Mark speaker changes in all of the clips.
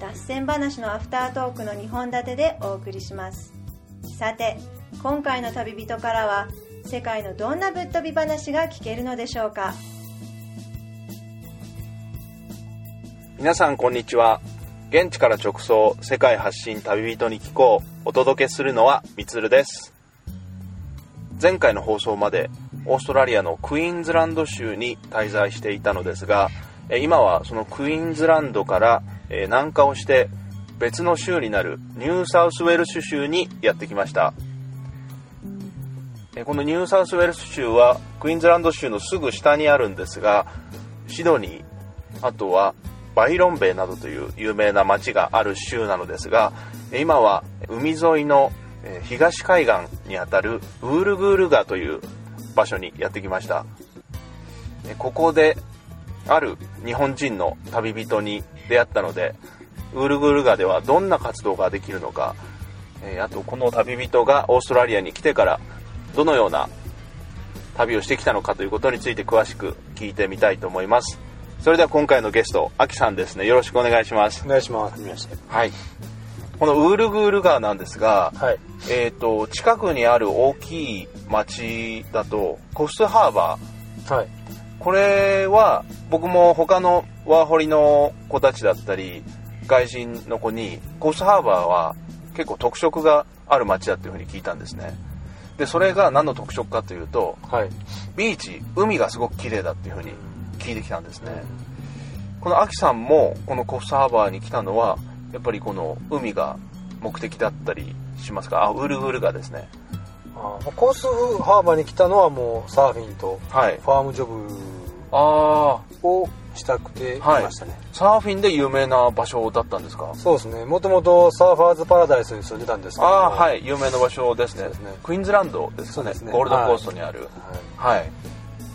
Speaker 1: 脱線話のアフタートークの2本立てでお送りしますさて今回の旅人からは世界のどんなぶっ飛び話が聞けるのでしょうか
Speaker 2: 皆さんこんにちは現地から直送世界発信旅人に聞こうお届けするのはみつるです前回の放送までオーストラリアのクイーンズランド州に滞在していたのですがえ今はそのクイーンズランドからえ南下をして別の州になるニューサウスウェルス州にやってきましたえこのニューサウスウェルス州はクイーンズランド州のすぐ下にあるんですがシドニーあとはバイロンベイなどという有名な町がある州なのですがえ今は海沿いのえー東海岸にあたるウールグールガという場所にやってきましたえここである日本人の旅人に出会ったのでウールグールガではどんな活動ができるのかえーあとこの旅人がオーストラリアに来てからどのような旅をしてきたのかということについて詳しく聞いてみたいと思いますそれでは今回のゲストアキさんですねよろしくお願いします
Speaker 3: お願いします。まして。
Speaker 2: はいこのウールグール川なんですが、
Speaker 3: はい。
Speaker 2: えー、と近くにある大きい町だとコフスハーバー
Speaker 3: はい。
Speaker 2: これは僕も他のワーホリの子たちだったり外人の子にコースハーバーは結構特色がある街だっていうふうに聞いたんですねでそれが何の特色かというと
Speaker 3: はい。
Speaker 2: ビーチ海がすごく綺麗だっていうふうに聞いてきたんですねこのアキさんもこのコースハーバーに来たのはやっぱりこの海が目的だったりしますかあウルウルがですね
Speaker 3: あーコースハーバーに来たのはもうサーフィンと
Speaker 2: はい
Speaker 3: ファームジョブ
Speaker 2: ああ
Speaker 3: をしたくて来ましたね。
Speaker 2: サーフィンで有名な場所だったんですか
Speaker 3: そうですね。もともとサーファーズパラダイスに住んでたんですけど。。
Speaker 2: ああはいい有名な場所ですね
Speaker 3: そうですね
Speaker 2: クイーンズランドです
Speaker 3: そ
Speaker 2: か
Speaker 3: う
Speaker 2: ね
Speaker 3: ですね
Speaker 2: ゴールドコーストにある
Speaker 3: はい
Speaker 2: はい、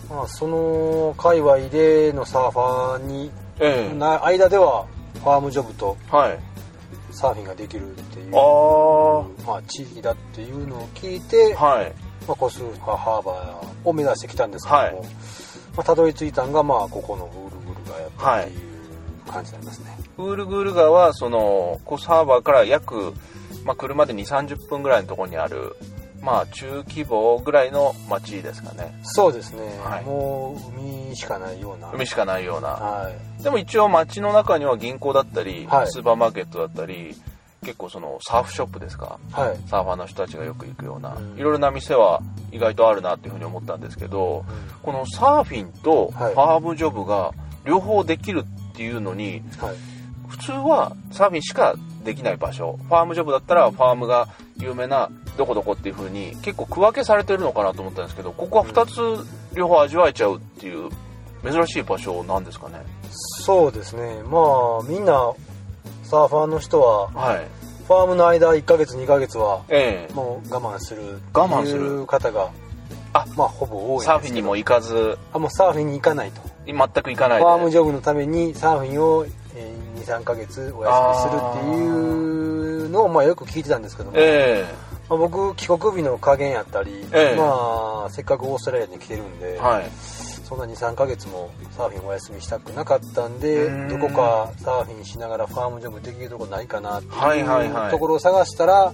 Speaker 3: まあ、その界隈でのサーファーに、
Speaker 2: ええ
Speaker 3: な間ではファームジョブと
Speaker 2: はい
Speaker 3: サーフィンができるっていう
Speaker 2: あ。あは
Speaker 3: まあ、地域だっていうのを聞いて、
Speaker 2: い
Speaker 3: まあ、コースハーバーを目指してきたんですけども、
Speaker 2: は
Speaker 3: まあ、たどり着いたのが、まあ、ここのウールグルがやったっていう感じになりますね、
Speaker 2: ウールグール川はそのコースハーバーから約、まあ、車で2 3 0分ぐらいのところにあるまあ中規模ぐらいの町ですかね
Speaker 3: そうですね、
Speaker 2: はい
Speaker 3: もう海しかないような
Speaker 2: 海しかないような
Speaker 3: はい
Speaker 2: でも一応町の中には銀行だったり、
Speaker 3: はい
Speaker 2: スーパーマーケットだったり結構そのサーフショップですか
Speaker 3: はい
Speaker 2: サーファーの人たちがよく行くような
Speaker 3: うん
Speaker 2: いろいろな店は意外とあるなっていうふうに思ったんですけどこのサーフィンとフ
Speaker 3: はい
Speaker 2: ァームジョブが両方できるっていうのに
Speaker 3: はい
Speaker 2: 普通はサーフィンしかできない場所ファームジョブだったらファームが有名などこどこっていうふうに結構区分けされてるのかなと思ったんですけどここは2つ両方味わえちゃうっていう珍しい場所なんですかね
Speaker 3: そうですねまあみんなサーファーの人は
Speaker 2: はい
Speaker 3: ファームの間1ヶ月2ヶ月は
Speaker 2: ええ
Speaker 3: もう我慢する
Speaker 2: 我慢す
Speaker 3: と
Speaker 2: る
Speaker 3: いう方が
Speaker 2: あ
Speaker 3: まあほぼ多いんですけど
Speaker 2: サーフィンにも行かず
Speaker 3: あもうサーフィンに行かないと
Speaker 2: 全く行かないで
Speaker 3: ファームジョブのためにサーフィンを、え23ヶ月お休みするっていうのを、まあ、よく聞いてたんですけども、
Speaker 2: え
Speaker 3: まあ、僕帰国日の加減やったり、
Speaker 2: ええ
Speaker 3: まあ、せっかくオーストラリアに来てるん
Speaker 2: え
Speaker 3: で、
Speaker 2: はい
Speaker 3: そんな23ヶ月もサーフィンお休みしたくなかったんで
Speaker 2: うーん
Speaker 3: どこかサーフィンしながらファームジョブできるとこないかなって
Speaker 2: はいはい
Speaker 3: い
Speaker 2: はいう
Speaker 3: ところを探したら、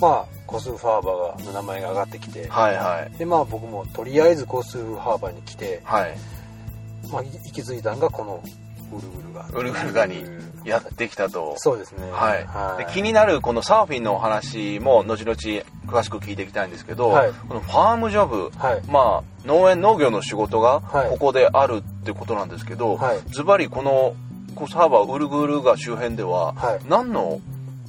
Speaker 3: まあ、コスファーバーの名前が上がってきて。
Speaker 2: はいはい
Speaker 3: でまあ、僕もとりあえずコースハーバーに来て、
Speaker 2: はい
Speaker 3: まあ、行き着いたのがこのウルウルが
Speaker 2: ウルグルガにやってきたと。
Speaker 3: そうですね。
Speaker 2: はい、で気になるこのサーフィンのお話も後々詳しく聞いていきたいんですけど、
Speaker 3: はい
Speaker 2: このファームジョブ、
Speaker 3: はい。
Speaker 2: まあ、農園農業の仕事が
Speaker 3: はい
Speaker 2: ここであるってことなんですけど、
Speaker 3: はい
Speaker 2: ズバリこのこうサーバーウルグルガ周辺では
Speaker 3: はい
Speaker 2: 何の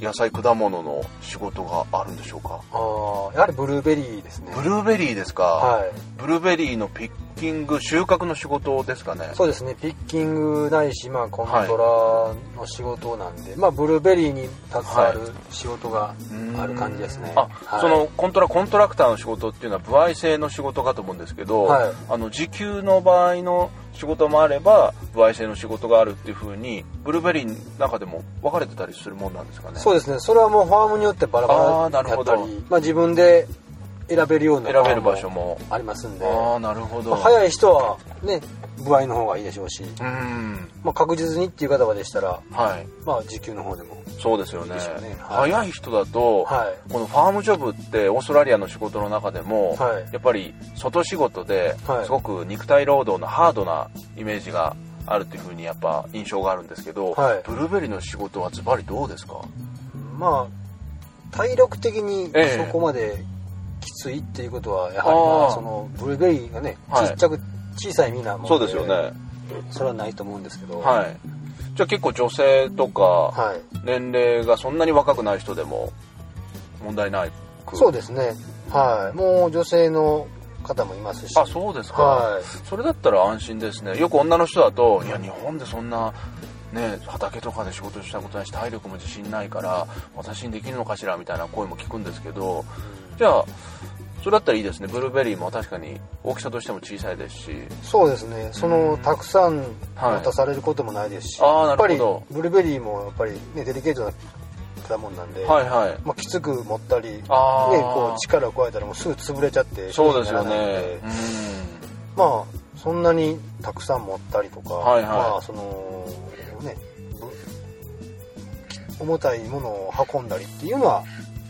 Speaker 2: 野菜果物の仕事があるんでしょうか
Speaker 3: ああやはりブルーベリーですね
Speaker 2: ブルーベリーですか、
Speaker 3: はい
Speaker 2: ブルーベリーのピッキング収穫の仕事ですかね
Speaker 3: そうですねピッキングないし、まあ、コントラの仕事なんで、まあ、ブルーベリーに携わる仕事がある感じですね、
Speaker 2: あ、
Speaker 3: はい
Speaker 2: そのコントラコントラクターの仕事っていうのは歩合制の仕事かと思うんですけど、
Speaker 3: はい
Speaker 2: あの時給の場合の仕事もあれば歩合制の仕事があるっていうふうにブルーベリーの中でも分かれてたりするもんなんですかね
Speaker 3: そうですねそれはもうファームによってバラ
Speaker 2: あー
Speaker 3: バ
Speaker 2: な
Speaker 3: ラ
Speaker 2: る
Speaker 3: だ
Speaker 2: ほ
Speaker 3: っ
Speaker 2: ど
Speaker 3: たりまあ、自分で選べるような
Speaker 2: 選べる場所も
Speaker 3: ありますんで、
Speaker 2: ああなるほど、
Speaker 3: まあ早い人はね部合の方がいいでしょうし、
Speaker 2: うん
Speaker 3: まあ、確実にっていう方はでしたら、
Speaker 2: はい
Speaker 3: まあ、時給の方でも
Speaker 2: そうですよね
Speaker 3: ですよねはい
Speaker 2: 早い人だと、
Speaker 3: はい
Speaker 2: このファームジョブってオーストラリアの仕事の中でも、
Speaker 3: はい
Speaker 2: やっぱり外仕事で
Speaker 3: はい
Speaker 2: すごく肉体労働のハードなイメージがあるっていうふうにやっぱ印象があるんですけど、
Speaker 3: はい
Speaker 2: ブルーベリーの仕事はズバリどうですか
Speaker 3: まあ体力的に
Speaker 2: ええ
Speaker 3: そこまできついっていうことはやはり
Speaker 2: あー
Speaker 3: まあそのブルーベリーがね
Speaker 2: は
Speaker 3: ち
Speaker 2: い
Speaker 3: っちゃく小さい実なもんで
Speaker 2: そうですよね、
Speaker 3: それはないと思うんですけどは
Speaker 2: はいじゃあ結構女性と
Speaker 3: い、
Speaker 2: か年齢がそんなに若くない人でも問題ないく
Speaker 3: そうですねはいもう女性の方もいますし
Speaker 2: あそうですか、
Speaker 3: はい
Speaker 2: それだったら安心ですねよく女の人だといや日本でそんなね畑とかで仕事したことないし体力も自信ないから私にできるのかしらみたいな声も聞くんですけどじゃあそれだったらいいですねブルーベリーも確かに大きさとしても小さいですし
Speaker 3: そうですねそのたくさん
Speaker 2: はい
Speaker 3: 渡されることもないですし、
Speaker 2: あー
Speaker 3: やっぱり
Speaker 2: なるほ
Speaker 3: ブルーベリーもやっぱりねデリケートな果物なんで、
Speaker 2: はいはい
Speaker 3: まあ、きつく持ったりね
Speaker 2: あー
Speaker 3: こう力を加えたらもうすぐ潰れちゃって
Speaker 2: そうですよ
Speaker 3: ならないん
Speaker 2: ねうん
Speaker 3: まあそんなにたくさん持ったりとか、
Speaker 2: はいはい
Speaker 3: まあそのねぶ重たいものを運んだりっていうのは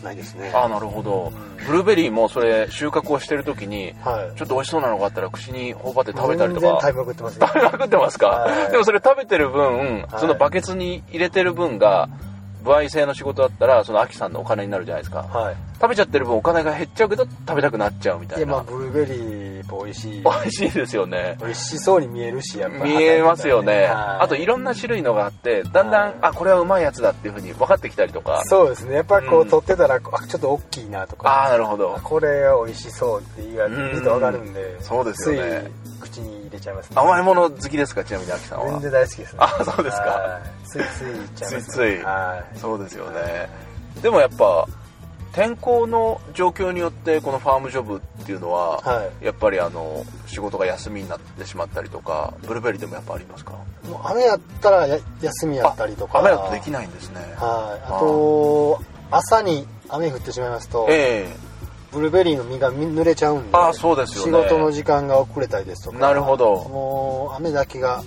Speaker 3: ないですね。
Speaker 2: ああなるほどブルーベリーもそれ収穫をしてる時に
Speaker 3: はい。
Speaker 2: ちょっと美味しそうなのがあったら口に頬張って食べたりと
Speaker 3: 全然
Speaker 2: か
Speaker 3: 体格ってますね。
Speaker 2: 食 べまくってますか、
Speaker 3: はい
Speaker 2: でもそれ食べてる
Speaker 3: は
Speaker 2: 分、
Speaker 3: い
Speaker 2: そのバケツに入れてる分が歩合制の仕事だったらそのアキさんのお金になるじゃないですか
Speaker 3: はい。
Speaker 2: 食べちゃってる分お金が減っちゃうけど食べたくなっちゃうみた
Speaker 3: で
Speaker 2: い
Speaker 3: まあ
Speaker 2: な、
Speaker 3: ブルーベリーやっぱ美味し い。
Speaker 2: 美味しいですよね
Speaker 3: 美味しそうに見えるしやっぱり
Speaker 2: 見えますよね、
Speaker 3: はい
Speaker 2: あといろんな種類のがあってだんだん、
Speaker 3: はい
Speaker 2: あこれはうまいやつだっていうふうに分かってきたりとか
Speaker 3: そうですね。やっぱりこ
Speaker 2: うん
Speaker 3: う取ってたら、あちょっと大きいなと
Speaker 2: ああ
Speaker 3: か。
Speaker 2: なるほど
Speaker 3: あこれは美味しそうって言われるとわかるんで。
Speaker 2: そうですよね
Speaker 3: つい口に入れちゃいますね。
Speaker 2: 甘いもの好きですかちなみにアキさんは
Speaker 3: 全然大好きですね。
Speaker 2: あそうですか
Speaker 3: はい。ついつい行っちゃいます、ね。
Speaker 2: ついつい
Speaker 3: はい。
Speaker 2: そうですよね。でもやっぱ天候の状況によってこのファームジョブっていうのは、
Speaker 3: は
Speaker 2: やっぱりあの仕事が休みになってしまったりとかブルーベリーでもやっぱありますか
Speaker 3: もう雨やったらや休みやったりとか。
Speaker 2: 雨だとでき
Speaker 3: い。
Speaker 2: ないんですね
Speaker 3: はい。あと、朝に雨降ってしまいますと、
Speaker 2: え
Speaker 3: ブルーベリーの実が濡れちゃうんで、
Speaker 2: あそうですよね
Speaker 3: 仕事の時間が遅れたりですと
Speaker 2: え
Speaker 3: か、
Speaker 2: なるほど
Speaker 3: もう雨だけが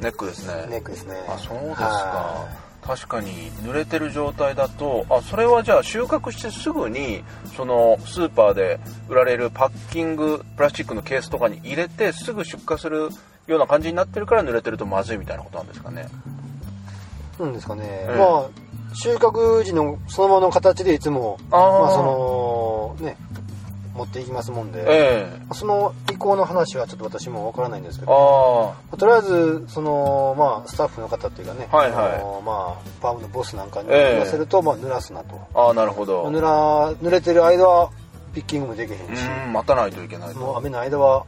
Speaker 2: ネックですね
Speaker 3: ネックですね。
Speaker 2: あそうですか
Speaker 3: は
Speaker 2: 確かに濡れてる状態だとあそれはじゃあ収穫してすぐにそのスーパーで売られるパッキングプラスチックのケースとかに入れてすぐ出荷するような感じになってるから濡れてるとまずいみたいなことなんですかね
Speaker 3: い。なんですかね。
Speaker 2: うん
Speaker 3: まあ、収穫時のそのままの形でいつも、
Speaker 2: あー
Speaker 3: まあ、その、ね、持っていきますもんで、
Speaker 2: ええ
Speaker 3: その以降の話はちょっと私もわからないんですけど、
Speaker 2: あ
Speaker 3: とりあえずその、まあ、スタッフの方っていうかね、
Speaker 2: はいはい
Speaker 3: あのまあ、バームのボスなんかに
Speaker 2: ええ
Speaker 3: 言わせると、まあ、濡らすなと
Speaker 2: あああなるほど
Speaker 3: 濡ら濡れてる間はピッキングもできへ
Speaker 2: うん
Speaker 3: し、
Speaker 2: ん待たないといけない
Speaker 3: もう
Speaker 2: と
Speaker 3: 雨の間はも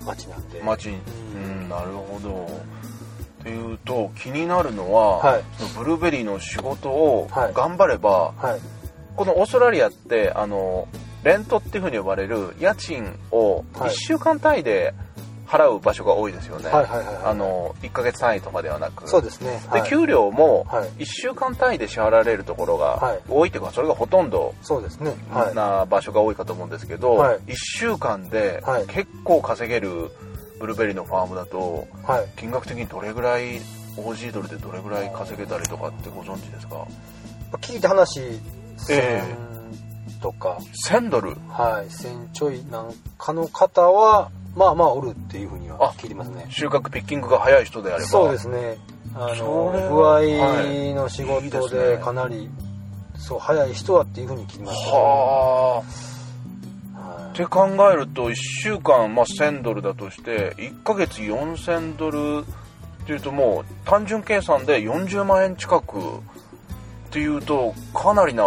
Speaker 3: う待ちなんで、
Speaker 2: 待ちにう
Speaker 3: うん
Speaker 2: んなるほどっていうと気になるのは、
Speaker 3: はい
Speaker 2: そのブルーベリーの仕事を
Speaker 3: はい
Speaker 2: 頑張れば、
Speaker 3: はい
Speaker 2: このオーストラリアってあのレントっていうふうに呼ばれる家賃を
Speaker 3: は
Speaker 2: 1
Speaker 3: い
Speaker 2: 週間単位で払う場所が多いですよね、
Speaker 3: はいはいはいはい
Speaker 2: あの1ヶ月単位とかではなく
Speaker 3: そうですね
Speaker 2: で
Speaker 3: はい
Speaker 2: 給料も
Speaker 3: はい
Speaker 2: 1週間単位で支払われるところ
Speaker 3: は
Speaker 2: が
Speaker 3: い
Speaker 2: 多いというかそれがほとんど
Speaker 3: そうですねはい
Speaker 2: な場所が多いかと思うんですけど、
Speaker 3: はい
Speaker 2: 1週間で
Speaker 3: はい
Speaker 2: 結構稼げるブルーベリーのファームだと
Speaker 3: はい
Speaker 2: 金額的にどれぐらい OG ドルでどれぐらい稼げたりとかってご存知ですか
Speaker 3: 聞いた話
Speaker 2: え
Speaker 3: 1000とか、
Speaker 2: 1000ドル
Speaker 3: はい1000ちょいなんかの方はまあまあおるっていうふうには聞いてますね
Speaker 2: 収穫ピッキングが早い人であれば
Speaker 3: そうですねあの
Speaker 2: それ
Speaker 3: 不
Speaker 2: は
Speaker 3: 合の仕
Speaker 2: いいで
Speaker 3: 事
Speaker 2: す
Speaker 3: で
Speaker 2: ね
Speaker 3: かなりそう早い人はっていうふうに聞きましたね
Speaker 2: はあ
Speaker 3: は
Speaker 2: っ
Speaker 3: い
Speaker 2: て考えると1週間、まあ、1000ドルだとして1ヶ月4000ドルっていうともう単純計算で40万円近くっていうとかなりな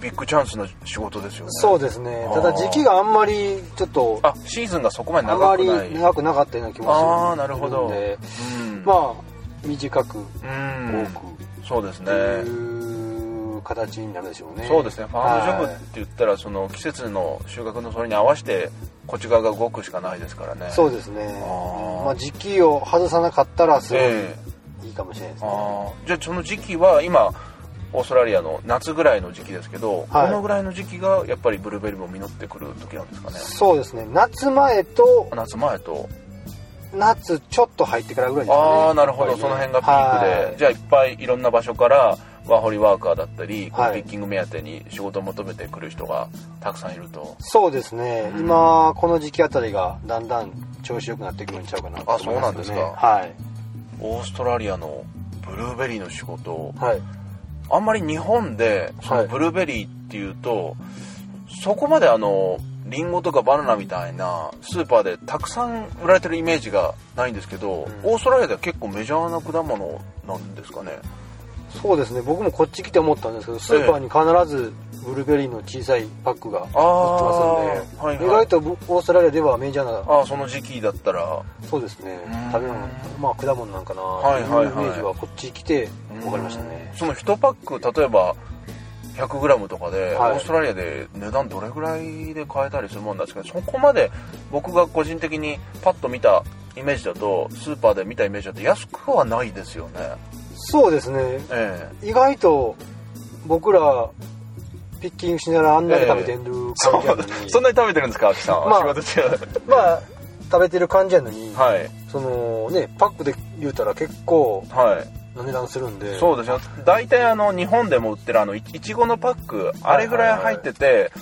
Speaker 2: ビッグチャンスの仕事ですよね
Speaker 3: そうですねただ時期があんまりちょっと
Speaker 2: あシーズンがそこまで
Speaker 3: あま
Speaker 2: 長く
Speaker 3: り
Speaker 2: ない
Speaker 3: 長くなかったような気もする
Speaker 2: あーなるほど
Speaker 3: ので
Speaker 2: うん
Speaker 3: まあ短く
Speaker 2: うん
Speaker 3: 多く
Speaker 2: そうですね
Speaker 3: という形になるでしょうね
Speaker 2: そうです
Speaker 3: ね
Speaker 2: ねファームジョブ
Speaker 3: はい
Speaker 2: って言ったらその季節の収穫のそれに合わせてこっち側が動くしかないですからね
Speaker 3: そう
Speaker 2: で
Speaker 3: ですね
Speaker 2: あー
Speaker 3: まあ時期を外さなかったらすごい
Speaker 2: ええ
Speaker 3: いいかもしれないですね
Speaker 2: あーじゃあその時期は今オーストラリアの夏ぐらいの時期ですけど、
Speaker 3: はい
Speaker 2: このぐらいの時期がやっぱりブルーベリーも実ってくる時なんですかね
Speaker 3: そうですね夏前と
Speaker 2: 夏前と
Speaker 3: 夏ちょっと入ってからぐらいですかね
Speaker 2: ああなるほど、
Speaker 3: やっ
Speaker 2: その
Speaker 3: ぱりね
Speaker 2: 辺がピークで、
Speaker 3: はい
Speaker 2: じゃあいっぱいいろんな場所からワーホリワーカーだったり、こう
Speaker 3: はい
Speaker 2: ピッキング目当てに仕事を求めてくる人がたくさんいると
Speaker 3: そうですね、
Speaker 2: うん
Speaker 3: 今この時期あたりがだんだん調子良くなってくるんちゃうかなと
Speaker 2: あそうなんですか
Speaker 3: 思いますよね
Speaker 2: オーストラリアのブルーベリーの仕事を
Speaker 3: はいはい
Speaker 2: あんまり日本でそ
Speaker 3: は
Speaker 2: の
Speaker 3: い
Speaker 2: ブルーベリーっていうと、そこまであのリンゴとかバナナみたいなスーパーでたくさん売られてるイメージがないんですけど、
Speaker 3: ん
Speaker 2: オーストラリアでは結構メジャーな果物なんですかね
Speaker 3: そうですね僕もこっち来て思ったんですけどスーパーに必ずブルーベリーの小さいパックが売って
Speaker 2: ああ
Speaker 3: ますんで、
Speaker 2: はいはい
Speaker 3: 意外とぶオーストラリアではメジャーな
Speaker 2: ああその時期だったら
Speaker 3: そうですね
Speaker 2: うん
Speaker 3: 食べ物まあ果物なんかな
Speaker 2: はいはいはい
Speaker 3: というイメージはこっち来て分かりましたね
Speaker 2: その1パック例えば 100g とかで、
Speaker 3: はい
Speaker 2: オーストラリアで値段どれぐらいで買えたりするもんなんですかねそこまで僕が個人的にパッと見たイメージだとスーパーで見たイメージだと安くはないですよね
Speaker 3: そうですね
Speaker 2: ええ
Speaker 3: 意外と僕らピッキングしながらあんだけ食べてる
Speaker 2: そ
Speaker 3: 感じやの
Speaker 2: う
Speaker 3: に、
Speaker 2: そんなに食べてるんですか、秋さん。
Speaker 3: まあ
Speaker 2: 仕事中。
Speaker 3: まあ食べてる感じやのに、
Speaker 2: はい。
Speaker 3: そのねパックで言うたら結構
Speaker 2: はい。
Speaker 3: な値段するんで
Speaker 2: そうですよ。大体あの、日本でも売ってるあの、いいちごのパック、あれぐらい入ってて、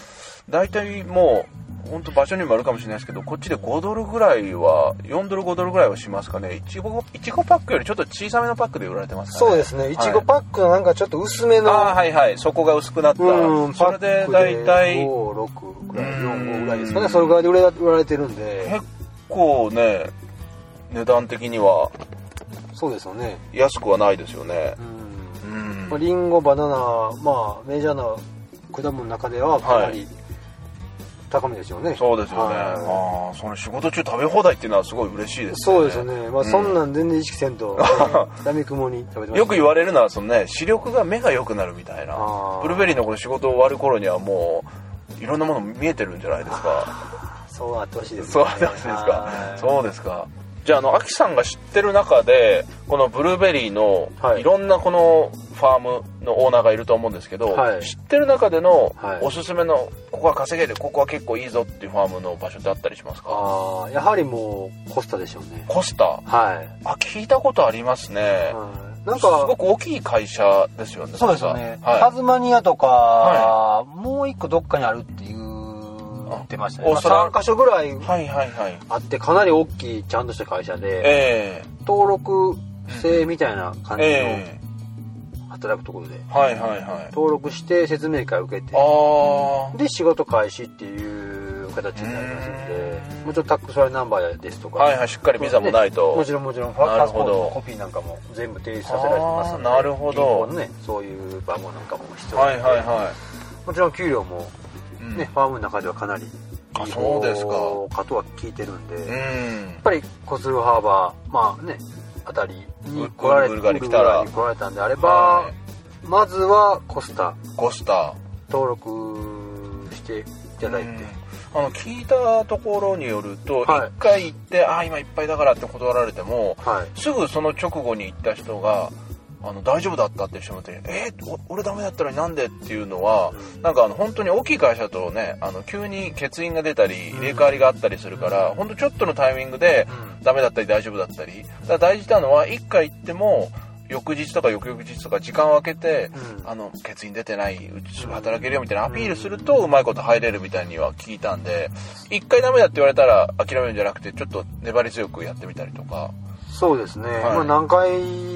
Speaker 2: 大体もう、本当場所にもあるかもしれないですけど、こっちで5ドルぐらいは、4ドル5ドルぐらいはしますかね。いちご、いちごパックよりちょっと小さめのパックで売られてますかね。
Speaker 3: そうですねいちごパックのなんかちょっと薄めの、
Speaker 2: ああ、はいはい。そこが薄くなった。
Speaker 3: うん
Speaker 2: それで大体、
Speaker 3: 56ぐらい45ぐらいですか
Speaker 2: う
Speaker 3: ね
Speaker 2: ん
Speaker 3: それぐらいで売れ売られてるんで
Speaker 2: 結構ね、値段的には
Speaker 3: そうですよね
Speaker 2: 安くはないですよね
Speaker 3: う。ん
Speaker 2: うん
Speaker 3: まあ、リンゴバナナまあメジャーな果物の中ではかなり高めですよね、
Speaker 2: そうですよね。
Speaker 3: はい
Speaker 2: ああ、その仕事中食べ放題っていうのはすごい嬉しいですね。
Speaker 3: そうですよね、まあ、
Speaker 2: ん
Speaker 3: そんなん全然意識せんと、ダミクモに食べてます
Speaker 2: よく言われるのはそのね、視力が目が良くなるみたいな
Speaker 3: あ。ー
Speaker 2: ブルーベリーのこの仕事終わる頃にはもういろんなもの見えてるんじゃないですか。
Speaker 3: そうあってほしいですね
Speaker 2: そうなんです
Speaker 3: は
Speaker 2: か
Speaker 3: い。
Speaker 2: そうですか。じゃああの秋さんが知ってる中でこのブルーベリーの
Speaker 3: はい
Speaker 2: いろんなこのファームのオーナーがいると思うんですけど、
Speaker 3: はい
Speaker 2: 知ってる中での
Speaker 3: はい
Speaker 2: おすすめのここは稼げるここは結構いいぞっていうファームの場所ってあったりしますか。
Speaker 3: ああやはりもうコスタでしょうね
Speaker 2: コスタ
Speaker 3: はい、
Speaker 2: あ聞いたことありますね。
Speaker 3: はい、なん
Speaker 2: すご
Speaker 3: か
Speaker 2: く大きい会社ですよね。
Speaker 3: そうですよね、タ
Speaker 2: は
Speaker 3: ズマニアとか、
Speaker 2: は
Speaker 3: もう一個どっかにあるっていう言ってましたね、
Speaker 2: お
Speaker 3: ま
Speaker 2: そら
Speaker 3: あ、3箇所ぐらい
Speaker 2: い。はいはいはい。
Speaker 3: あってかなり大きいちゃんとした会社で
Speaker 2: え
Speaker 3: 登録制みたいな
Speaker 2: え
Speaker 3: 感じの
Speaker 2: え
Speaker 3: 働くところで
Speaker 2: えはいはいはい。
Speaker 3: 登録して説明会を受けて
Speaker 2: あ
Speaker 3: で仕事開始っていう形になりますので
Speaker 2: うん
Speaker 3: もうちょっとタックスファイナンバーですと
Speaker 2: あ。
Speaker 3: か、
Speaker 2: はいはい、しっかりビザもないと。
Speaker 3: もちろんもちろんフ
Speaker 2: な
Speaker 3: ァ
Speaker 2: る
Speaker 3: パスポ
Speaker 2: ほ
Speaker 3: ー
Speaker 2: ど
Speaker 3: トのコピーなんかも全部提出させられてますので
Speaker 2: あーなるほど
Speaker 3: 銀行のねそういう番号なんかも必要
Speaker 2: はいはい
Speaker 3: い、
Speaker 2: は
Speaker 3: もちろん給料も
Speaker 2: い。
Speaker 3: ね、ファームの中ではかなり
Speaker 2: あ
Speaker 3: いい
Speaker 2: そうですか
Speaker 3: 方かとは聞いてるんで、
Speaker 2: うん。う
Speaker 3: やっ
Speaker 2: ん。
Speaker 3: ぱりコスルハーバーまあねあたりに来られ
Speaker 2: ブルガリ来たら
Speaker 3: ブルガリに来られたんであれば、
Speaker 2: は
Speaker 3: まずはコスタ
Speaker 2: いコスタ。
Speaker 3: 登録していただいて、
Speaker 2: うんあの聞いたところによると、一
Speaker 3: はい
Speaker 2: 回行って、ああ、今いっぱいだからって断られても、
Speaker 3: はい
Speaker 2: すぐその直後に行った人が、あの大丈夫だったっていう人もいて、えーお俺ダメだったのになんでっていうのは、なんかあの本当に大きい会社だとね、あの急に欠員が出たり、入れ替わりがあったりするから、本当ちょっとのタイミングでダメだったり大丈夫だったり、だから大事なのは1回行っても、翌日とか翌々日とか時間を空けて、
Speaker 3: うん
Speaker 2: あの欠員出てないうちすぐ働けるよみたいなアピールするとうまいこと入れるみたいには聞いたんで1回ダメだって言われたら諦めるんじゃなくてちょっと粘り強くやってみたりとか
Speaker 3: そうですね、
Speaker 2: はい
Speaker 3: まあ、何回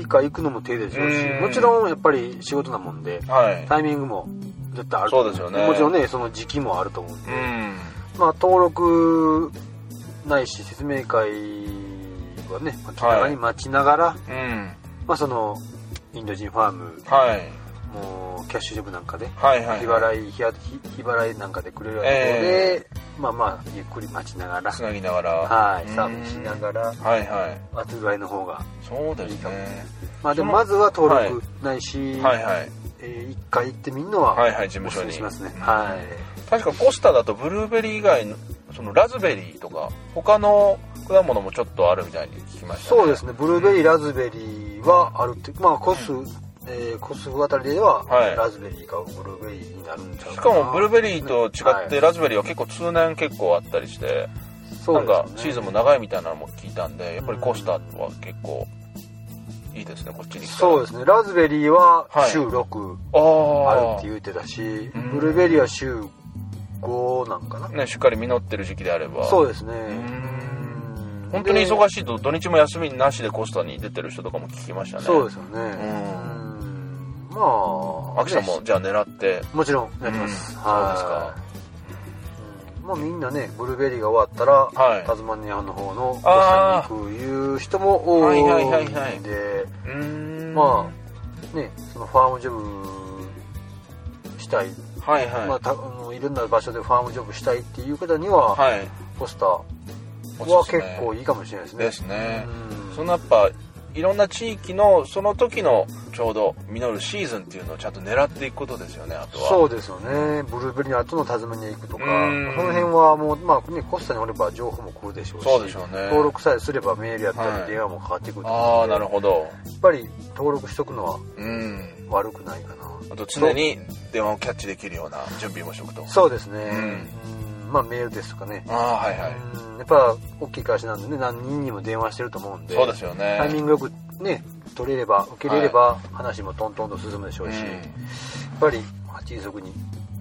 Speaker 3: か行くのも手でしょうし
Speaker 2: うん
Speaker 3: もちろんやっぱり仕事なもんで
Speaker 2: はい
Speaker 3: タイミングも絶対あると思
Speaker 2: そうですよね
Speaker 3: もちろんねその時期もあると思うんで、
Speaker 2: うん
Speaker 3: まあ登録ないし説明会僕はね、まあ気長に待ちながら、
Speaker 2: うん
Speaker 3: まあ、そのインド人ファーム
Speaker 2: はい
Speaker 3: もうキャッシュジョブなんかで
Speaker 2: はいはい
Speaker 3: 日払い日日日払いなんかでくれるようなところで、まあまあゆっくり待ちながら
Speaker 2: つなぎながら
Speaker 3: はい
Speaker 2: うん
Speaker 3: サービスしながら
Speaker 2: はいはい
Speaker 3: 後ぐらいの方が
Speaker 2: そうで
Speaker 3: いい
Speaker 2: す
Speaker 3: かもしれ
Speaker 2: ね
Speaker 3: まあでも
Speaker 2: その
Speaker 3: まずは登
Speaker 2: はい
Speaker 3: 録ないし、
Speaker 2: はいはい
Speaker 3: えー一回行ってみるのは
Speaker 2: はいはい事務
Speaker 3: お
Speaker 2: 所
Speaker 3: すす
Speaker 2: に
Speaker 3: めしますね、はい
Speaker 2: 確かコスタだとブルーベリー以外のそのラズベリーとか他の果物もちょっとあるみたいに聞きましたね
Speaker 3: そうですねブルーベリーラズベリーはあるってまあコス、えーコスフあたりでは
Speaker 2: はい
Speaker 3: ラズベリーかブルーベリーになるんちゃう
Speaker 2: し
Speaker 3: か
Speaker 2: か
Speaker 3: な
Speaker 2: もブルーベリーと違っ
Speaker 3: は
Speaker 2: て
Speaker 3: い
Speaker 2: ラズベリーは結構通年結構あったりして
Speaker 3: そ
Speaker 2: な
Speaker 3: うんですね
Speaker 2: かシーズンも長いみたいなのも聞いたんでやっぱりコスタは結構いいですねこっちに来たら
Speaker 3: そうですねラズベリーは
Speaker 2: はい
Speaker 3: 週6
Speaker 2: あ
Speaker 3: ある
Speaker 2: あ
Speaker 3: って言うてたし、
Speaker 2: ん
Speaker 3: ブルーベリーは週5なんかな、
Speaker 2: ねしっかり実ってる時期であれば
Speaker 3: そうですね
Speaker 2: うん本当に忙しいと土日も休みなしでコスタに出てる人とかも聞きましたね
Speaker 3: そうですよね
Speaker 2: ん
Speaker 3: うんまあ
Speaker 2: 秋さんも
Speaker 3: ね
Speaker 2: じゃあ狙って
Speaker 3: もちろんやります、
Speaker 2: うん
Speaker 3: はいうんまあみんなねブルーベリーが終わったら、
Speaker 2: はい
Speaker 3: タズマニアの方の
Speaker 2: あ
Speaker 3: 場
Speaker 2: ー
Speaker 3: 所に行くいう人も多いんで、
Speaker 2: はいはいはいはいそうですかうん
Speaker 3: まあねそのファームジョブしたい、
Speaker 2: あはいはい、
Speaker 3: まあ、たあのいろんな場所でファームジョブしたいっていう方には、
Speaker 2: はい
Speaker 3: ポスターは
Speaker 2: おすす
Speaker 3: 結
Speaker 2: め
Speaker 3: 構いいかもしれないですね。
Speaker 2: ですね
Speaker 3: うん
Speaker 2: そのやっぱいろんな地域のその時のちょうど実るシーズンっていうのをちゃんと狙っていくことですよねあとは
Speaker 3: そうですよねブルーベリーの後のタズマニア行くとかそ
Speaker 2: うん
Speaker 3: の辺はもう、まあね、コスタにおれば情報も来るでしょうし
Speaker 2: そうでしょうね
Speaker 3: 登録さえすればメールやった
Speaker 2: は
Speaker 3: り
Speaker 2: い
Speaker 3: 電話もかかってくると
Speaker 2: あ
Speaker 3: 思
Speaker 2: あ
Speaker 3: うんで
Speaker 2: なるほど
Speaker 3: やっぱり登録しとくのは
Speaker 2: うん
Speaker 3: 悪くないかな
Speaker 2: あと常に電話をキャッチできるような準備もしておくと
Speaker 3: そうですね、うんまあメールですとかね、
Speaker 2: ああはいはい、
Speaker 3: うんやっぱ大きい会社なんでね何人にも電話してると思うんで
Speaker 2: そうですよね
Speaker 3: タイミングよくね取れれば受けれれば、話もトントンと進むでしょうし、やっ
Speaker 2: う
Speaker 3: ぱり迅速に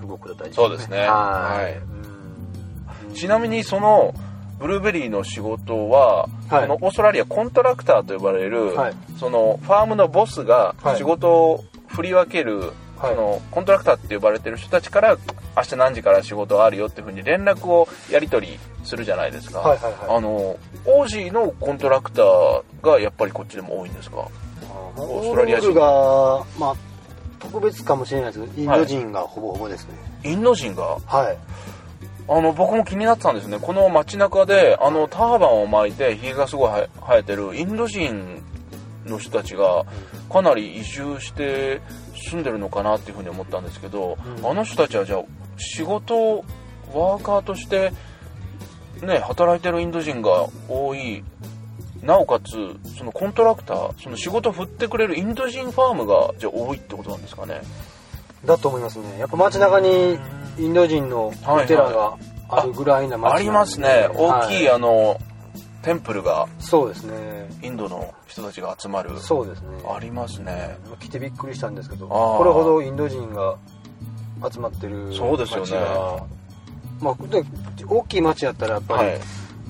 Speaker 3: 動くことは大事
Speaker 2: そうですね
Speaker 3: はい、
Speaker 2: はい
Speaker 3: うん
Speaker 2: んちなみにそのブルーベリーの仕事は、
Speaker 3: はい
Speaker 2: そのオーストラリアコントラクターと呼ばれる、
Speaker 3: はい
Speaker 2: そのファームのボスが
Speaker 3: はい
Speaker 2: 仕事を振り分ける、
Speaker 3: はい
Speaker 2: そのコントラクターって呼ばれてる人たちから明日何時から仕事あるよっていうふうに連絡をやり取りするじゃないですか、
Speaker 3: はいはいはい
Speaker 2: あのオージーのコントラクターがやっぱりこっちでも多いんですかオーストラリア人
Speaker 3: ルールがまあ特別かもしれないですけどインド人がほぼほぼですね
Speaker 2: インド人が
Speaker 3: はい
Speaker 2: あの僕も気になってたんですねこの街中であのターバンを巻いてひげがすごいは生えてるインド人の人たちがかなり移住して住んでるのかなっていうふうに思ったんですけど、
Speaker 3: うん
Speaker 2: あの人たちはじゃあ仕事ワーカーとしてね働いてるインド人が多いなおかつそのコントラクターその仕事振ってくれるインド人ファームがじゃあ多いってことなんですかね
Speaker 3: だと思いますねやっぱ街中にインド人のお寺があるぐらいな街なんで
Speaker 2: ありますね大きい、
Speaker 3: は
Speaker 2: あのテンプルが
Speaker 3: そうですね
Speaker 2: インドの人たちが集まる
Speaker 3: そうですね
Speaker 2: ありますね
Speaker 3: 来てびっくりしたんですけど
Speaker 2: あー
Speaker 3: これほどインド人が集まってる
Speaker 2: そうですよ
Speaker 3: 街
Speaker 2: ね
Speaker 3: がまあ、で大きい町やったらやっぱ
Speaker 2: は
Speaker 3: り、
Speaker 2: い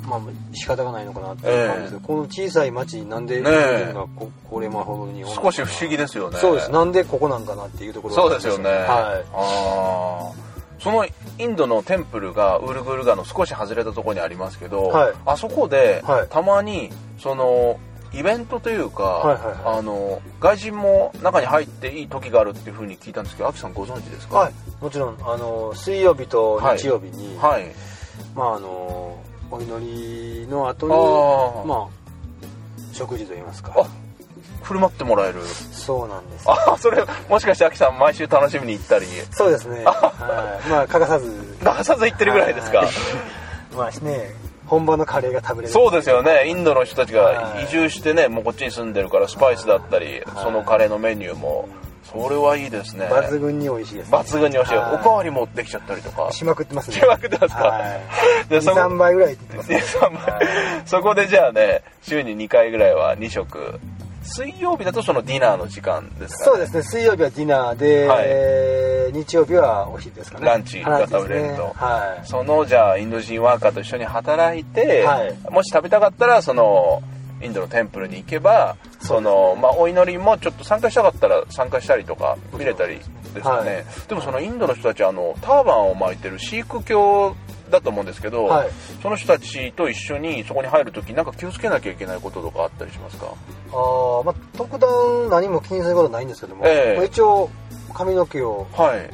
Speaker 3: まあ、仕方がないのかなって思うんですけど、この小さい町なんで
Speaker 2: ね
Speaker 3: イン
Speaker 2: え
Speaker 3: ド人がここれまほどに多いのか
Speaker 2: 少
Speaker 3: な
Speaker 2: し不思議ですよね
Speaker 3: そうですなんでここなんかなっていうところ
Speaker 2: そうですよね
Speaker 3: は
Speaker 2: あーそのインドのテンプルがウールグールガの少し外れたところにありますけど、
Speaker 3: はい
Speaker 2: あそこで
Speaker 3: はい
Speaker 2: たまにそのイベントというか、
Speaker 3: はいはいは
Speaker 2: あの外人も中に入っていい時があるっていうふうに聞いたんですけどアキさんご存知です
Speaker 3: い、
Speaker 2: か
Speaker 3: はい、もちろんあの水曜日と日曜日に、
Speaker 2: はい
Speaker 3: まああのお祈りの後
Speaker 2: あ
Speaker 3: に
Speaker 2: ー、
Speaker 3: まあ食事といいますか
Speaker 2: あ振る舞ってもらえる
Speaker 3: そうなんです
Speaker 2: あそれもしかしてアキさん毎週楽しみに行ったり
Speaker 3: そうですね、はい、まあ欠かさず
Speaker 2: 出さず行ってるぐらいですか、
Speaker 3: はいまあね本場のカレーが食べれる
Speaker 2: そうですよねインドの人たちが
Speaker 3: はい
Speaker 2: 移住してねもうこっちに住んでるからスパイスだったりそのカレーのメニューもそれはいいですね
Speaker 3: 抜群に美味しいです、ね、
Speaker 2: 抜群に美味しいお
Speaker 3: はい
Speaker 2: かわりもできちゃったりとか
Speaker 3: しまくってますね
Speaker 2: しまくってますか
Speaker 3: はい
Speaker 2: でそこ
Speaker 3: 23倍ぐらいいってます
Speaker 2: で
Speaker 3: ね
Speaker 2: そのそこでじゃあね週に2回ぐらいは2食水曜日だとそのディナーの時間ですか
Speaker 3: そ
Speaker 2: ら
Speaker 3: うですね水曜日はディナーで、
Speaker 2: はい
Speaker 3: えー日曜日はお昼ですかね
Speaker 2: ランチが食べれ
Speaker 3: ランチで
Speaker 2: ると
Speaker 3: すねは
Speaker 2: そのじゃあインド人ワーカーと一緒に働いて、
Speaker 3: はい
Speaker 2: もし食べたかったらそのインドのテンプルに行けばそのまあお祈りもちょっと参加したかったら参加したりとか見れたりですよね、
Speaker 3: はい
Speaker 2: でもそのインドの人たちあのターバンを巻いてるシーク教だと思うんですけど、
Speaker 3: はい
Speaker 2: その人たちと一緒にそこに入る時なんか気をつけなきゃいけないこととかあったりしますか
Speaker 3: ああまあ特段何も気にすることはないんですけども、
Speaker 2: ええ
Speaker 3: まあ、一応髪の毛を
Speaker 2: はい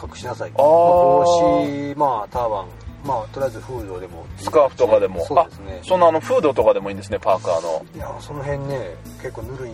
Speaker 3: 隠しなさい
Speaker 2: あー
Speaker 3: 帽子まあターバンまあとりあえずフードでも
Speaker 2: スカーフとかでも
Speaker 3: そうですね
Speaker 2: あそのあのフードとかでもいいんですねパーカーの
Speaker 3: いやその辺ね結構ぬるい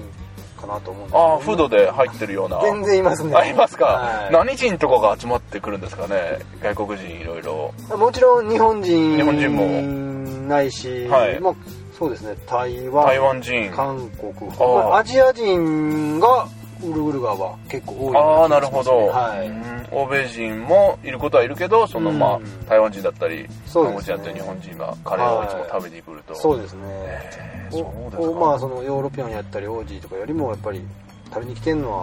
Speaker 3: かなと思うんですけど
Speaker 2: ああフードで入ってるような
Speaker 3: 全然いますね
Speaker 2: ありますか、
Speaker 3: はい
Speaker 2: 何人とかが集まってくるんですかね外国人いろいろ
Speaker 3: もちろん日本人
Speaker 2: 日本人
Speaker 3: ないし、
Speaker 2: はい
Speaker 3: まあ、そうですね台湾
Speaker 2: 台湾人
Speaker 3: 韓国
Speaker 2: あー
Speaker 3: まあアジア人がウルグル川は結構多い
Speaker 2: ああ
Speaker 3: よう
Speaker 2: な
Speaker 3: な
Speaker 2: る
Speaker 3: 気が
Speaker 2: ほ
Speaker 3: しますね
Speaker 2: ど、
Speaker 3: はい、
Speaker 2: うん欧米人もいることはいるけどそのまあ
Speaker 3: うん
Speaker 2: 台湾人だったり
Speaker 3: そう
Speaker 2: 韓
Speaker 3: ですね
Speaker 2: 国人だったり日本人がカレーをいつも食べに来ると、
Speaker 3: そうですね、
Speaker 2: えー
Speaker 3: お
Speaker 2: そうです
Speaker 3: お
Speaker 2: か
Speaker 3: まあそのヨーロピアンやったりオージーとかよりもやっぱり食べに来てんのは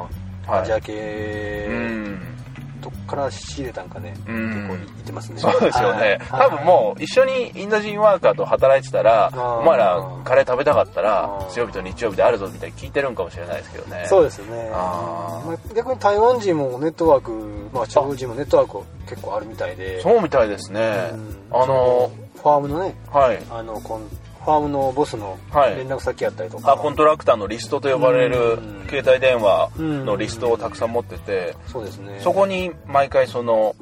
Speaker 2: はい
Speaker 3: アジア
Speaker 2: う
Speaker 3: 系
Speaker 2: ん
Speaker 3: どっから仕入れたんかね、
Speaker 2: うん
Speaker 3: 結構いってますね
Speaker 2: そうですよね、
Speaker 3: はい
Speaker 2: 多分もう一緒にインド人ワーカーと働いてたら
Speaker 3: ー
Speaker 2: お前らカレー食べたかったら
Speaker 3: あー
Speaker 2: 強曜日と日曜日であるぞみたいに聞いてるんかもしれないですけどね
Speaker 3: そうですよね
Speaker 2: あー
Speaker 3: まあ逆に台湾人もネットワーク、まあ、中国人もネットワーク結構あるみたいで
Speaker 2: そうみたいですね、
Speaker 3: うん
Speaker 2: あの
Speaker 3: ファームのね
Speaker 2: はい
Speaker 3: あのこんファームのボスの
Speaker 2: はい
Speaker 3: 連絡先やったりとか、
Speaker 2: あコントラクターのリストと呼ばれ
Speaker 3: う
Speaker 2: る
Speaker 3: ん
Speaker 2: 携帯電話のリストをたくさん持ってて
Speaker 3: そうですね
Speaker 2: そこに毎回その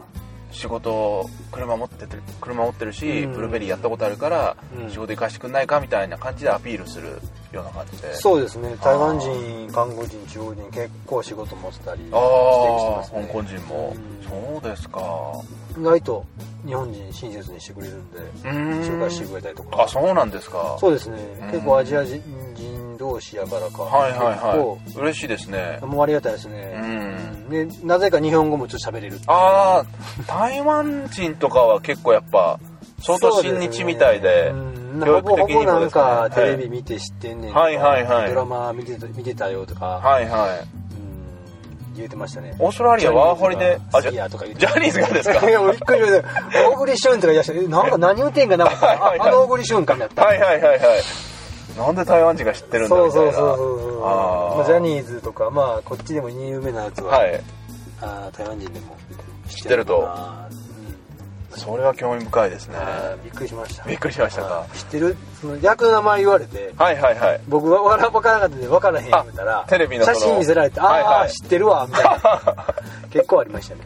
Speaker 2: 仕事を車持ってて車持ってるし
Speaker 3: うん
Speaker 2: ブルーベリーやったことあるから
Speaker 3: うん
Speaker 2: 仕事行かしてくんないかみたいな感じでアピールするような感じで
Speaker 3: そうですね台湾人韓国人中国人結構仕事持ってたりしてきて
Speaker 2: ああ
Speaker 3: ま
Speaker 2: ー
Speaker 3: す
Speaker 2: 香
Speaker 3: ね
Speaker 2: 港人も
Speaker 3: うん
Speaker 2: そうですか
Speaker 3: 意外と日本人親切にしてくれるんで
Speaker 2: うーん
Speaker 3: 紹介してくれたりとか
Speaker 2: あそうなんですか
Speaker 3: そうですね
Speaker 2: うん
Speaker 3: 結構アジア人同士やからか、
Speaker 2: はいはいはい嬉しいですね
Speaker 3: 結構もうありがたいです
Speaker 2: う
Speaker 3: ね、
Speaker 2: ん
Speaker 3: でなぜか日本語もちょっと喋れるっていう
Speaker 2: ああ台湾人とかは結構やっぱ相当親日みたいで
Speaker 3: そうすねうん
Speaker 2: 教育的にも
Speaker 3: ほぼほぼなんか
Speaker 2: です
Speaker 3: テ
Speaker 2: ね
Speaker 3: レビ見て知ってんねんとか、
Speaker 2: はいはいはい
Speaker 3: ドラマ見てた見てたよとか、
Speaker 2: はいはい
Speaker 3: うん言えてましたね
Speaker 2: オーストラリアワーホリで
Speaker 3: あ
Speaker 2: あ
Speaker 3: ジ
Speaker 2: じ
Speaker 3: ャニーズが好きやと
Speaker 2: ゃ
Speaker 3: か言って
Speaker 2: ジャニーズがです か
Speaker 3: いや俺びっくりした大栗旬とか言い出してえなんか何言うてんかな
Speaker 2: はいはい
Speaker 3: ああの大栗旬かやった
Speaker 2: はいはいはいはいなんで台湾人が知ってるんだ
Speaker 3: そう
Speaker 2: みたい
Speaker 3: そうそう
Speaker 2: な
Speaker 3: そうそう
Speaker 2: あー
Speaker 3: まあジャニーズとかまあこっちでも有名なやつは、
Speaker 2: はい
Speaker 3: あー台湾人でも知知ってる
Speaker 2: それは興味深いですね
Speaker 3: と、うんあーびっくりしました
Speaker 2: びっくりしましたか
Speaker 3: あー知ってるその役の名前言われて
Speaker 2: はいはいはい
Speaker 3: 僕はわら分からなかったんで分からへん言うたら
Speaker 2: あテレビのそ
Speaker 3: 写
Speaker 2: の
Speaker 3: 真見せられてああ、
Speaker 2: はいはい
Speaker 3: 知ってるわみたい な結構ありましたね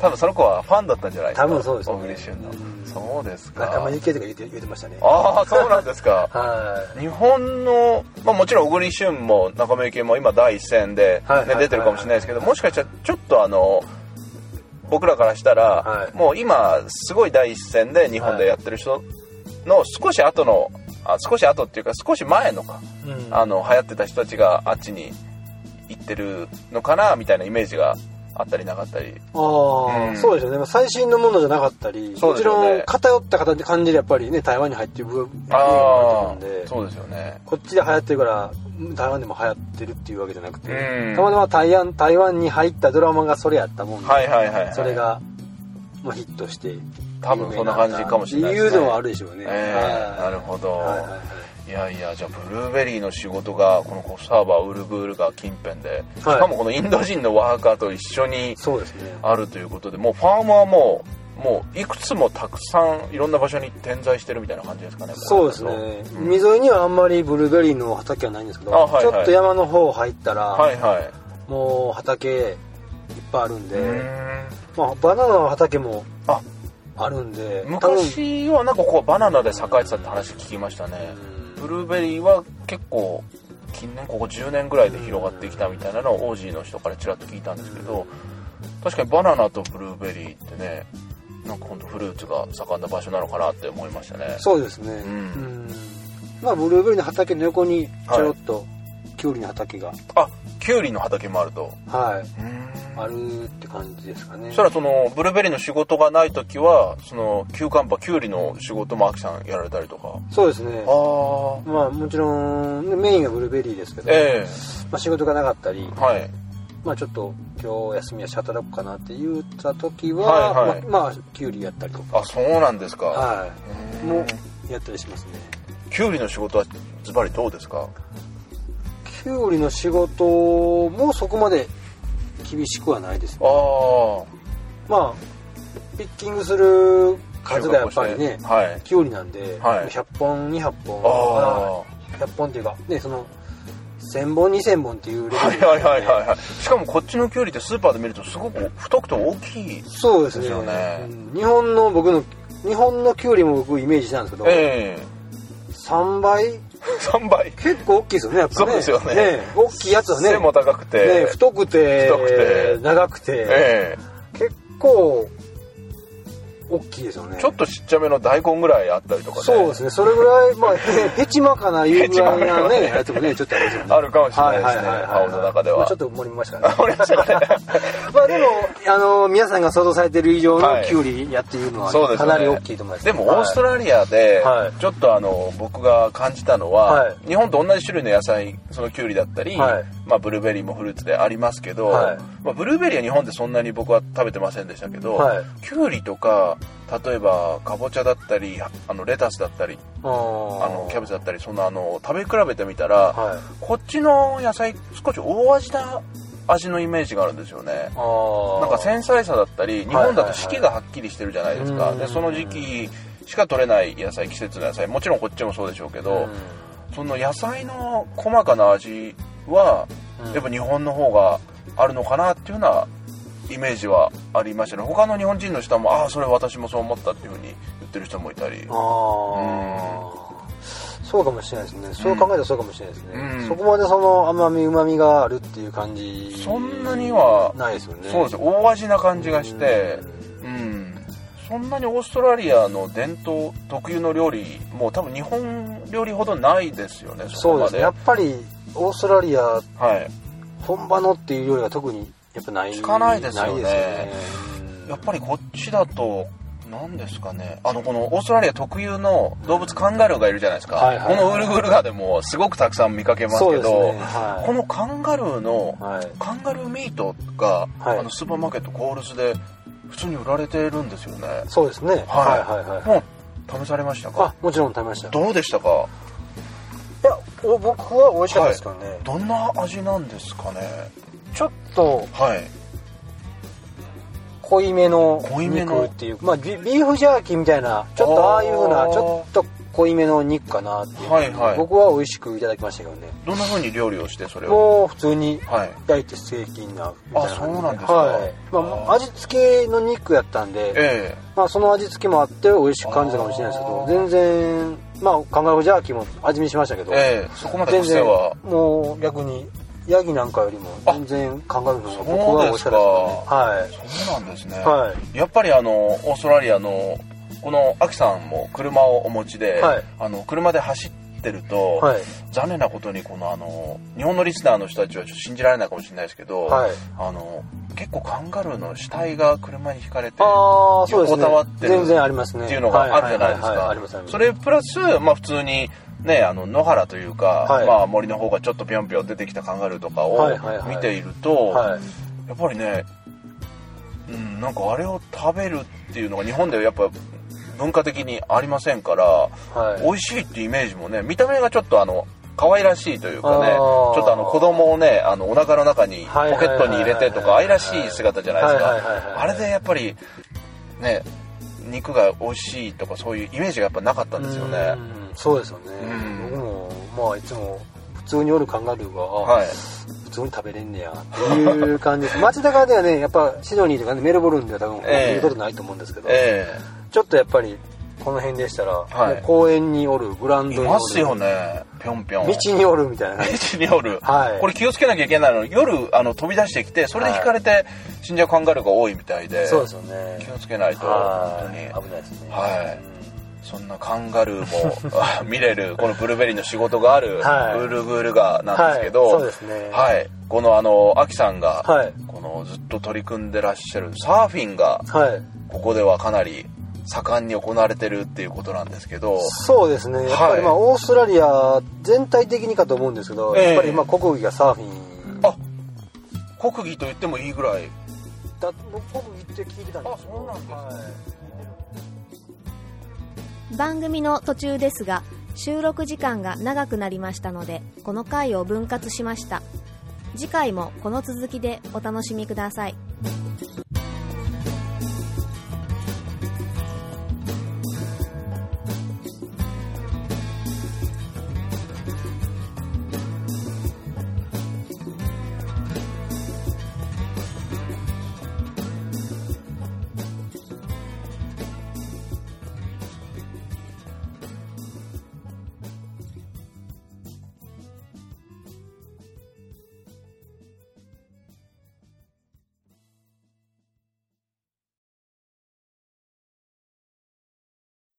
Speaker 2: 多分その子はファンだったんじゃないですか
Speaker 3: 多分そうですね
Speaker 2: 小栗旬の
Speaker 3: うん
Speaker 2: そうですか
Speaker 3: 仲間由紀恵とか言って言ってましたね
Speaker 2: ああそうなんですか
Speaker 3: は
Speaker 2: 日本の、まあ、もちろん小栗旬も中村幸も今第一線で、ね
Speaker 3: はいはいはい
Speaker 2: 出てるかもしれないですけどもしかしたらちょっとあの僕らからしたら、
Speaker 3: はい
Speaker 2: もう今すごい第一線で日本でやってる人の少し後のあ少し後っていうか少し前のか、
Speaker 3: い、うん
Speaker 2: あの流行ってた人たちがあっちに行ってるのかなみたいなイメージがあったりなかったり
Speaker 3: ああ、
Speaker 2: うん
Speaker 3: そうですよね。まあ最新のものじゃなかったり、
Speaker 2: そう
Speaker 3: もち
Speaker 2: ですよね
Speaker 3: ろん偏った形感じでやっぱりね、台湾に入ってる部分部分があ
Speaker 2: あ
Speaker 3: ると思うん
Speaker 2: あ
Speaker 3: で、
Speaker 2: そうですよね
Speaker 3: こっちで流行ってるから、台湾でも流行ってるっていうわけじゃなくて、
Speaker 2: うん
Speaker 3: たまたま台湾台湾に入ったドラマがそれやったもんで、
Speaker 2: はいはいはい、はい、
Speaker 3: それが、まあ、ヒットして、
Speaker 2: 多分そんな感じかもしれない
Speaker 3: で、
Speaker 2: ですすね
Speaker 3: いうのはあるでしょうね。
Speaker 2: えー
Speaker 3: はい
Speaker 2: なるほど、
Speaker 3: はいはいはい
Speaker 2: いやいやじゃあブルーベリーの仕事がこのコサーバーウルグールが近辺で、しかもこのインド人のワーカーと一緒に
Speaker 3: そうですね。
Speaker 2: あるということでもうファームはもうもういくつもたくさんいろんな場所に点在してるみたいな感じですかね
Speaker 3: そうですね、
Speaker 2: うん
Speaker 3: 海沿いにはあんまりブルーベリーの畑はないんですけど、
Speaker 2: あはいはい
Speaker 3: ちょっと山の方入ったら、
Speaker 2: はいはい
Speaker 3: もう畑いっぱいあるんで、
Speaker 2: うーん
Speaker 3: まあ、バナナの畑も
Speaker 2: あ
Speaker 3: あるんで
Speaker 2: 昔はなんかここはバナナで栄えてたって話聞きましたね
Speaker 3: 多分
Speaker 2: ブルーベリーは結構近年ここ10年ぐらいで広がってきたみたいなのをオージーの人からちらっと聞いたんですけど確かにバナナとブルーベリーってねなんかほんとフルーツが盛んな場所なのかなって思いましたね
Speaker 3: そうですね、
Speaker 2: うん
Speaker 3: うんまあ、ブルーベリーの畑の横にちょろっと、キュウリの畑が、
Speaker 2: あキュウリの畑もあると
Speaker 3: はい、
Speaker 2: うん
Speaker 3: あるって感じですかね
Speaker 2: そしたらそのブルーベリーの仕事がない時はそのキュウカンパキュウリの仕事もアキさんやられたりとか
Speaker 3: そうですね
Speaker 2: ああ
Speaker 3: まあもちろんねメインがブルーベリーですけど、
Speaker 2: え
Speaker 3: まあ、仕事がなかったり
Speaker 2: え、はい
Speaker 3: まあ、ちょっと今日休みやし働くかなって言った時は、
Speaker 2: はいはい
Speaker 3: まあ、まあ、キュウリやったりとか、
Speaker 2: あそうなんですか、
Speaker 3: はい、もやったりしますね
Speaker 2: キュウリの仕事はズバリどうですか
Speaker 3: キュウリの仕事もそこまで厳しくはないですね
Speaker 2: ああ
Speaker 3: まあピッキングする数がやっぱりね
Speaker 2: 収穫をしてはい
Speaker 3: きゅうりなんで、
Speaker 2: はい
Speaker 3: 100本200本
Speaker 2: あ
Speaker 3: 100本っていうかねその1000本2000本っていうレベル
Speaker 2: は
Speaker 3: で
Speaker 2: い
Speaker 3: すよ
Speaker 2: はい
Speaker 3: ね
Speaker 2: はいはいはいしかもこっちのキュウリってスーパーで見るとすごく太くて大きい
Speaker 3: そうです
Speaker 2: で
Speaker 3: ね
Speaker 2: すよね
Speaker 3: うん日本の僕の日本のキュウリも僕イメージしたんですけど、
Speaker 2: ええ
Speaker 3: 3倍
Speaker 2: 3倍
Speaker 3: 結構大きいですよねやっぱね
Speaker 2: そうですよね
Speaker 3: 大きいやつはね
Speaker 2: 背も高くて、
Speaker 3: ね太くて
Speaker 2: 太くて
Speaker 3: 長くて、
Speaker 2: え
Speaker 3: 結構大きいですよね
Speaker 2: えちょっとちっちゃめの大根ぐらいあったりとかね
Speaker 3: そうですねそれぐらいまあへヘチマかないうぐらいのね
Speaker 2: ヘチマかな
Speaker 3: やつもねちょっとありますよね
Speaker 2: あるかもしれないですね青の中では
Speaker 3: まあちょっと盛りましたね
Speaker 2: ありましたね
Speaker 3: まあでもあの皆さんが想像されてる以上
Speaker 2: は
Speaker 3: の
Speaker 2: い
Speaker 3: キュウリやっていうのは
Speaker 2: そうです
Speaker 3: か
Speaker 2: ね
Speaker 3: なり大きいと思います
Speaker 2: でもオースト
Speaker 3: ラ
Speaker 2: ラリアで
Speaker 3: はい
Speaker 2: ちょっとあの僕が感じたのは、
Speaker 3: はい
Speaker 2: 日本と同じ種類の野菜そのキュウリだったり、
Speaker 3: はい
Speaker 2: まあ、ブルーベリーもフルーツでありますけど、
Speaker 3: はい
Speaker 2: まあ、ブルーベリーは日本でそんなに僕は食べてませんでしたけど、
Speaker 3: はい
Speaker 2: キュウリとか例えばかぼちゃだったりあのレタスだったり
Speaker 3: あ
Speaker 2: あの
Speaker 3: の
Speaker 2: キャ
Speaker 3: ツ
Speaker 2: ベツだったりそのあの食べ比べてみたら、
Speaker 3: はい
Speaker 2: こっちの野菜少し大味な味のイメージがあるんですよね
Speaker 3: あー
Speaker 2: なんか繊細さだったり日本だと四季がはっきりしてるじゃないですか、
Speaker 3: はいはいはい
Speaker 2: でその時期しか取れない野菜季節の野菜もちろんこっちもそうでしょうけど、その野菜の細かな味は
Speaker 3: うん
Speaker 2: やっぱ日本の方があるのかなっていうようなイメージはありましたね他の日本人の人もああそれ私もそう思ったっていうふうに言ってる人もいたり
Speaker 3: ああ、そうかもしれないですねそう考えたらそうかもしれないですね、
Speaker 2: うん
Speaker 3: そこまでその甘みうまみがあるっていう感じ
Speaker 2: そんなには
Speaker 3: ないですよね
Speaker 2: そうですよ大味な感じがして
Speaker 3: うん
Speaker 2: うんそんなにオーストラリアの伝統特有の料理もう多分日本料理ほどないですよねそ
Speaker 3: そ
Speaker 2: こ
Speaker 3: うで
Speaker 2: ます
Speaker 3: ね
Speaker 2: で
Speaker 3: やっぱりオーストラリア
Speaker 2: はい
Speaker 3: 本場のっていう料理は特にやっぱない
Speaker 2: 聞かないですよね
Speaker 3: なうん
Speaker 2: やっぱりこっちだと何ですかねあのこのオーストラリア特有の動物カンガルーがいるじゃないですか、
Speaker 3: はいはいはい
Speaker 2: このウルグルガでもすごくたくさん見かけます
Speaker 3: そう
Speaker 2: け
Speaker 3: で
Speaker 2: ど
Speaker 3: すねはい
Speaker 2: このカンガルーの
Speaker 3: はい
Speaker 2: カンガルーミートが、
Speaker 3: はい
Speaker 2: あのスーパーマーケットコールスで普通に売られてるんですよね
Speaker 3: そうですねはいはいはい、
Speaker 2: もう試されました
Speaker 3: あ
Speaker 2: か
Speaker 3: もちろん食べましたい
Speaker 2: どうでしたか
Speaker 3: やお僕は美味しかったですけどね、
Speaker 2: どんな味なんですかね
Speaker 3: ちょっと
Speaker 2: はい
Speaker 3: 濃いめの
Speaker 2: 濃いめの
Speaker 3: 肉っていうまあビビーフジャーキーみたいなちょっとああいうふう
Speaker 2: あ
Speaker 3: な
Speaker 2: ー
Speaker 3: ちょっと濃いめの肉かなっていう、
Speaker 2: はいはい
Speaker 3: 僕は美味しくいただきましたけどね
Speaker 2: どんな風に料理をしてそれを
Speaker 3: もう普通に
Speaker 2: はい
Speaker 3: 焼いてステーキになるみたいな感じ
Speaker 2: あそうなんですか
Speaker 3: はいまあ、
Speaker 2: あー
Speaker 3: 味付けの肉やったんで、
Speaker 2: え
Speaker 3: まあ、その味付けもあって美味しく感じたかもしれないですけ
Speaker 2: あ
Speaker 3: ど全
Speaker 2: ー
Speaker 3: 然まあカンガルージャーキーも味見しましたけ
Speaker 2: え
Speaker 3: ど、
Speaker 2: ええそこまで
Speaker 3: 全
Speaker 2: 癖
Speaker 3: 然
Speaker 2: は
Speaker 3: もう逆にヤギなんかよりも全然カンガルーの方が僕は美味しかったですね
Speaker 2: そうなんですね、
Speaker 3: はい、はい
Speaker 2: やっぱりあのオーストラリアのこのアキさんも車をお持ちで、
Speaker 3: はい
Speaker 2: あの車で走ってると、
Speaker 3: はい
Speaker 2: 残念なことにこのあの日本のリスナーの人たちはちょっと信じられないかもしれないですけど、
Speaker 3: はい
Speaker 2: あの結構カンガルーの死体が車にひかれて
Speaker 3: ああそうです
Speaker 2: 横
Speaker 3: ね
Speaker 2: たわってる
Speaker 3: 全然ありますね
Speaker 2: っていうのがあるじゃないです
Speaker 3: はははは
Speaker 2: か
Speaker 3: ありますあります
Speaker 2: それプラス、まあ、普通に、ね、あの野原というか、
Speaker 3: はい
Speaker 2: まあ、森の方がちょっとぴょんぴょん出てきたカンガルーとかを
Speaker 3: はいはいはい
Speaker 2: 見ていると、
Speaker 3: はい
Speaker 2: やっぱりね、うん、なんかあれを食べるっていうのが日本ではやっぱ文化的にありませんから、
Speaker 3: はい
Speaker 2: 美味しいってイメージもね見た目がちょっとあの可愛らしいというかね
Speaker 3: あー
Speaker 2: ちょっとあの子供をねあのお腹の中にポ
Speaker 3: はいはい
Speaker 2: ケ
Speaker 3: はい
Speaker 2: ッ
Speaker 3: はい
Speaker 2: トに入れてとか愛らしい姿じゃないです
Speaker 3: はいはいはいはい
Speaker 2: かあれでやっぱりね肉が美味しいとかそういうイメージがやっぱなかったんですよね
Speaker 3: うんそうですよね
Speaker 2: うん
Speaker 3: 僕もまあいつも普通に夜カンガルーが、
Speaker 2: はい
Speaker 3: 普通に食べれんねやっていう感じです街中ではねやっぱシドニーとかねメルボルンでは多分
Speaker 2: ええ
Speaker 3: 見ることないと思うんですけど、
Speaker 2: え
Speaker 3: ちょっとやっぱりこの辺でしたら、
Speaker 2: はい
Speaker 3: もう公園におるグラウン
Speaker 2: えい
Speaker 3: ドにおる
Speaker 2: ますよねぴょんぴょん
Speaker 3: 道におるみたいな感じ
Speaker 2: 道におる、
Speaker 3: はい
Speaker 2: これ気をつけなきゃいけないのに夜あの飛び出してきてそれで引かれて死んじゃうカンガルーが多いみたいで
Speaker 3: そうですよね
Speaker 2: 気をつけないと本当に
Speaker 3: はい危ないですね
Speaker 2: はいそんなカンガルーも あ見れるこのブルーベリーの仕事がある、
Speaker 3: はい
Speaker 2: ブルブルガなんですけど、
Speaker 3: はいそうですね
Speaker 2: はいこのあのアキさんが、
Speaker 3: はい
Speaker 2: このずっと取り組んでらっしゃるサーフィンが
Speaker 3: はい
Speaker 2: ここではかなり盛んに行われてるっていうことなんですけど
Speaker 3: そうですね、やっぱりまあオーストラリア全体的にかと思うんですけど、
Speaker 2: ええ
Speaker 3: やっぱりまあ国技がサーフィン
Speaker 2: あ国技と言ってもいいぐらい
Speaker 3: だ僕国技って聞いてたんですけど
Speaker 2: あそうなんですね
Speaker 3: はい
Speaker 4: 番組の途中ですが収録時間が長くなりましたのでこの回を分割しました次回もこの続きでお楽しみください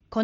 Speaker 5: こ